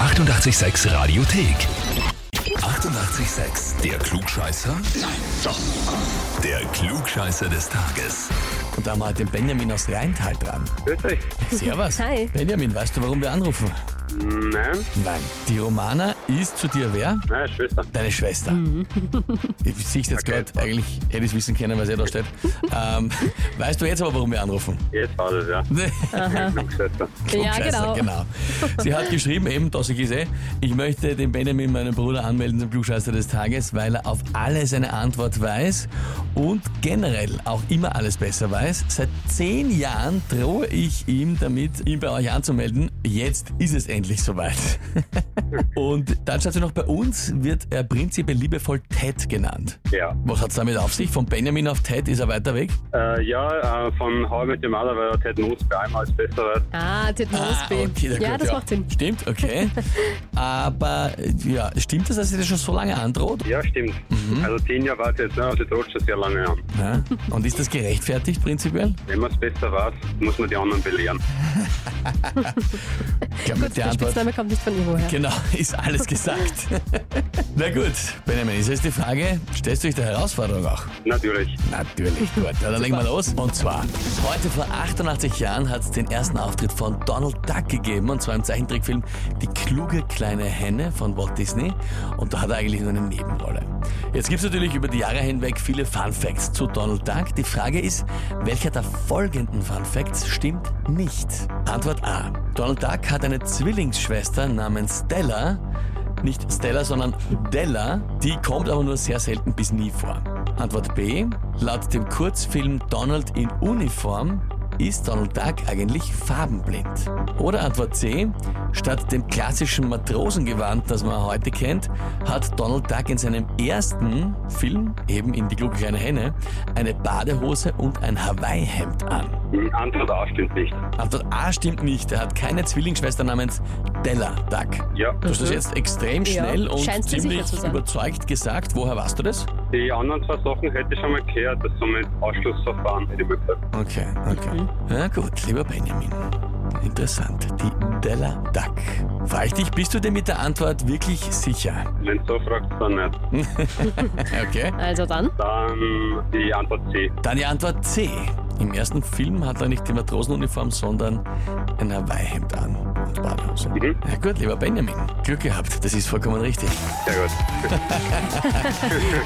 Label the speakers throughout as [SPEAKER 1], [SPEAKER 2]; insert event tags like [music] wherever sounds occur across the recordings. [SPEAKER 1] 886 Radiothek. 88,6. Der Klugscheißer? Nein, doch. Der Klugscheißer des Tages.
[SPEAKER 2] Und da haben wir heute den Benjamin aus Rheintal dran.
[SPEAKER 3] Grüß euch.
[SPEAKER 2] Servus.
[SPEAKER 4] Hi.
[SPEAKER 2] Benjamin, weißt du, warum wir anrufen?
[SPEAKER 3] Nein,
[SPEAKER 2] Nein. Die Romana ist zu dir wer?
[SPEAKER 3] meine Schwester.
[SPEAKER 2] Deine Schwester. [laughs] Ich sehe es jetzt
[SPEAKER 3] Okay.
[SPEAKER 2] gerade. Eigentlich hätte ich es wissen können, was er da steht. ähm, weißt du jetzt aber, warum wir anrufen?
[SPEAKER 3] Jetzt war es ja. Klugscheißer.
[SPEAKER 4] Ja,
[SPEAKER 2] Klugscheißer,
[SPEAKER 4] genau.
[SPEAKER 2] genau. Sie hat geschrieben, eben, das ich sehe, ich möchte den Benjamin, meinen Bruder, anmelden zum Klugscheißer des Tages, weil er auf alles eine Antwort weiß und generell auch immer alles besser weiß. Seit zehn Jahren drohe ich ihm damit, ihn bei euch anzumelden. Jetzt ist es endlich
[SPEAKER 4] [laughs]
[SPEAKER 2] soweit. und dann schreibt sie noch, bei uns wird er prinzipiell liebevoll Ted genannt.
[SPEAKER 3] Ja,
[SPEAKER 2] Was hat's damit auf sich? Von Benjamin auf Ted ist er weiter weg?
[SPEAKER 3] äh, ja äh, von How I Met Your Mother, weil Ted Nuss bei einmal als besser wird.
[SPEAKER 4] Ah, Ted Mosby.
[SPEAKER 2] okay, na
[SPEAKER 4] ja,
[SPEAKER 2] gut,
[SPEAKER 4] das macht Sinn.
[SPEAKER 2] Stimmt,
[SPEAKER 4] [laughs]
[SPEAKER 2] okay. Aber äh, ja, stimmt das, dass ihr das schon so lange androht?
[SPEAKER 3] Ja, stimmt. Also zehn Jahre war es jetzt, ne? also droht schon sehr lange an.
[SPEAKER 2] Ja. Und ist das gerechtfertigt prinzipiell?
[SPEAKER 3] Wenn man es besser weiß, muss man die anderen belehren.
[SPEAKER 2] Ich glaube, mit
[SPEAKER 4] Der
[SPEAKER 2] der Antwort.
[SPEAKER 4] Spitzname kommt nicht von irgendwoher.
[SPEAKER 2] Genau, [laughs] ist alles
[SPEAKER 4] [laughs]
[SPEAKER 2] gesagt. Na gut, Benjamin, ist jetzt die Frage, stellst du dich der Herausforderung auch?
[SPEAKER 3] Natürlich.
[SPEAKER 2] Natürlich, gut. Ja, dann legen wir los. Und zwar, heute vor 88 Jahren hat es den ersten Auftritt von Donald Duck gegeben, und zwar im Zeichentrickfilm Die kluge kleine Henne von Walt Disney. Und da hat er eigentlich nur eine Nebenrolle. Jetzt gibt es natürlich über die Jahre hinweg viele Fun Facts zu Donald Duck. Die Frage ist, welcher der folgenden Fun Facts stimmt nicht? Antwort A. Donald Duck hat eine Zwillingsschwester namens Stella, nicht Stella, sondern Della. Die kommt aber nur sehr selten bis nie vor. Antwort B. Laut dem Kurzfilm Donald in Uniform ist Donald Duck eigentlich farbenblind. Oder Antwort C. Statt dem klassischen Matrosengewand, das man heute kennt, hat Donald Duck in seinem ersten Film, eben in Die kluge kleine Henne, eine Badehose und ein Hawaii-Hemd an.
[SPEAKER 3] Die Antwort A stimmt nicht.
[SPEAKER 2] Antwort A stimmt nicht. Er hat keine Zwillingsschwester namens Della Duck.
[SPEAKER 3] Ja,
[SPEAKER 2] Du hast das jetzt extrem
[SPEAKER 4] Mhm. Ja,
[SPEAKER 2] schnell und
[SPEAKER 4] scheinst dir
[SPEAKER 2] ziemlich
[SPEAKER 4] sicher zu sein.
[SPEAKER 2] überzeugt gesagt. Woher warst du das?
[SPEAKER 3] die anderen zwei Sachen hätte ich schon mal gehört, das so mit Ausschlussverfahren hätte ich mal gesagt.
[SPEAKER 2] Okay, okay.
[SPEAKER 4] Mhm.
[SPEAKER 2] Na gut, lieber Benjamin. Interessant. Die Della Duck. Frag ich dich, bist du dir mit der Antwort wirklich sicher?
[SPEAKER 3] Wenn du so fragst, dann nicht.
[SPEAKER 2] Okay.
[SPEAKER 4] Also dann.
[SPEAKER 3] Dann die Antwort C.
[SPEAKER 2] Dann die Antwort C. Im ersten Film hat er nicht die Matrosenuniform, sondern ein Hawaii-Hemd an und Badehose.
[SPEAKER 3] Mhm.
[SPEAKER 2] Na gut, lieber Benjamin. Glück gehabt. Das ist vollkommen richtig.
[SPEAKER 3] Sehr gut.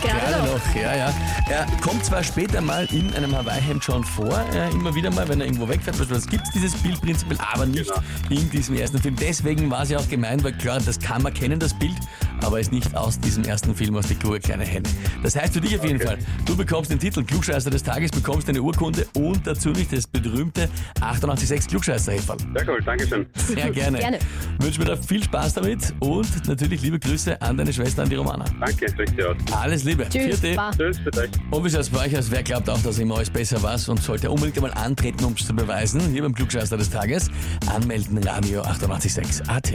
[SPEAKER 2] Gerade noch, ja, ja. Er kommt zwar später mal in einem Hawaii-Hemd schon vor, äh, immer wieder mal, wenn er irgendwo wegfährt, weil es gibt dieses Bild prinzipiell, aber nicht
[SPEAKER 3] Genau.
[SPEAKER 2] in diesem ersten Film. Deswegen war es ja auch gemeint, weil klar, das kann man kennen, das Bild, aber ist nicht aus diesem ersten Film, aus die kluge kleine Henne. Das heißt für dich auf jeden Fall, du bekommst den Titel Klugscheißer des Tages, bekommst eine Urkunde und dazu nicht das berühmte 886 klugscheißer
[SPEAKER 4] [laughs]
[SPEAKER 2] -Häferl.
[SPEAKER 3] Sehr cool, Dankeschön.
[SPEAKER 2] Sehr gerne.
[SPEAKER 4] Gerne.
[SPEAKER 2] Wünsche mir da viel Spaß damit und natürlich liebe Grüße an deine Schwester, an die Romana.
[SPEAKER 3] Danke, richtig aus.
[SPEAKER 2] Alles Liebe.
[SPEAKER 4] Tschüss.
[SPEAKER 2] Vierte.
[SPEAKER 4] Baba.
[SPEAKER 3] Tschüss, für euch.
[SPEAKER 2] Und wie schaut's bei euch aus? Wer glaubt auch, dass immer alles besser war und sollte unbedingt einmal antreten, um es zu beweisen? Hier beim Klugscheißer des Tages. Anmelden, Radio 886 AT.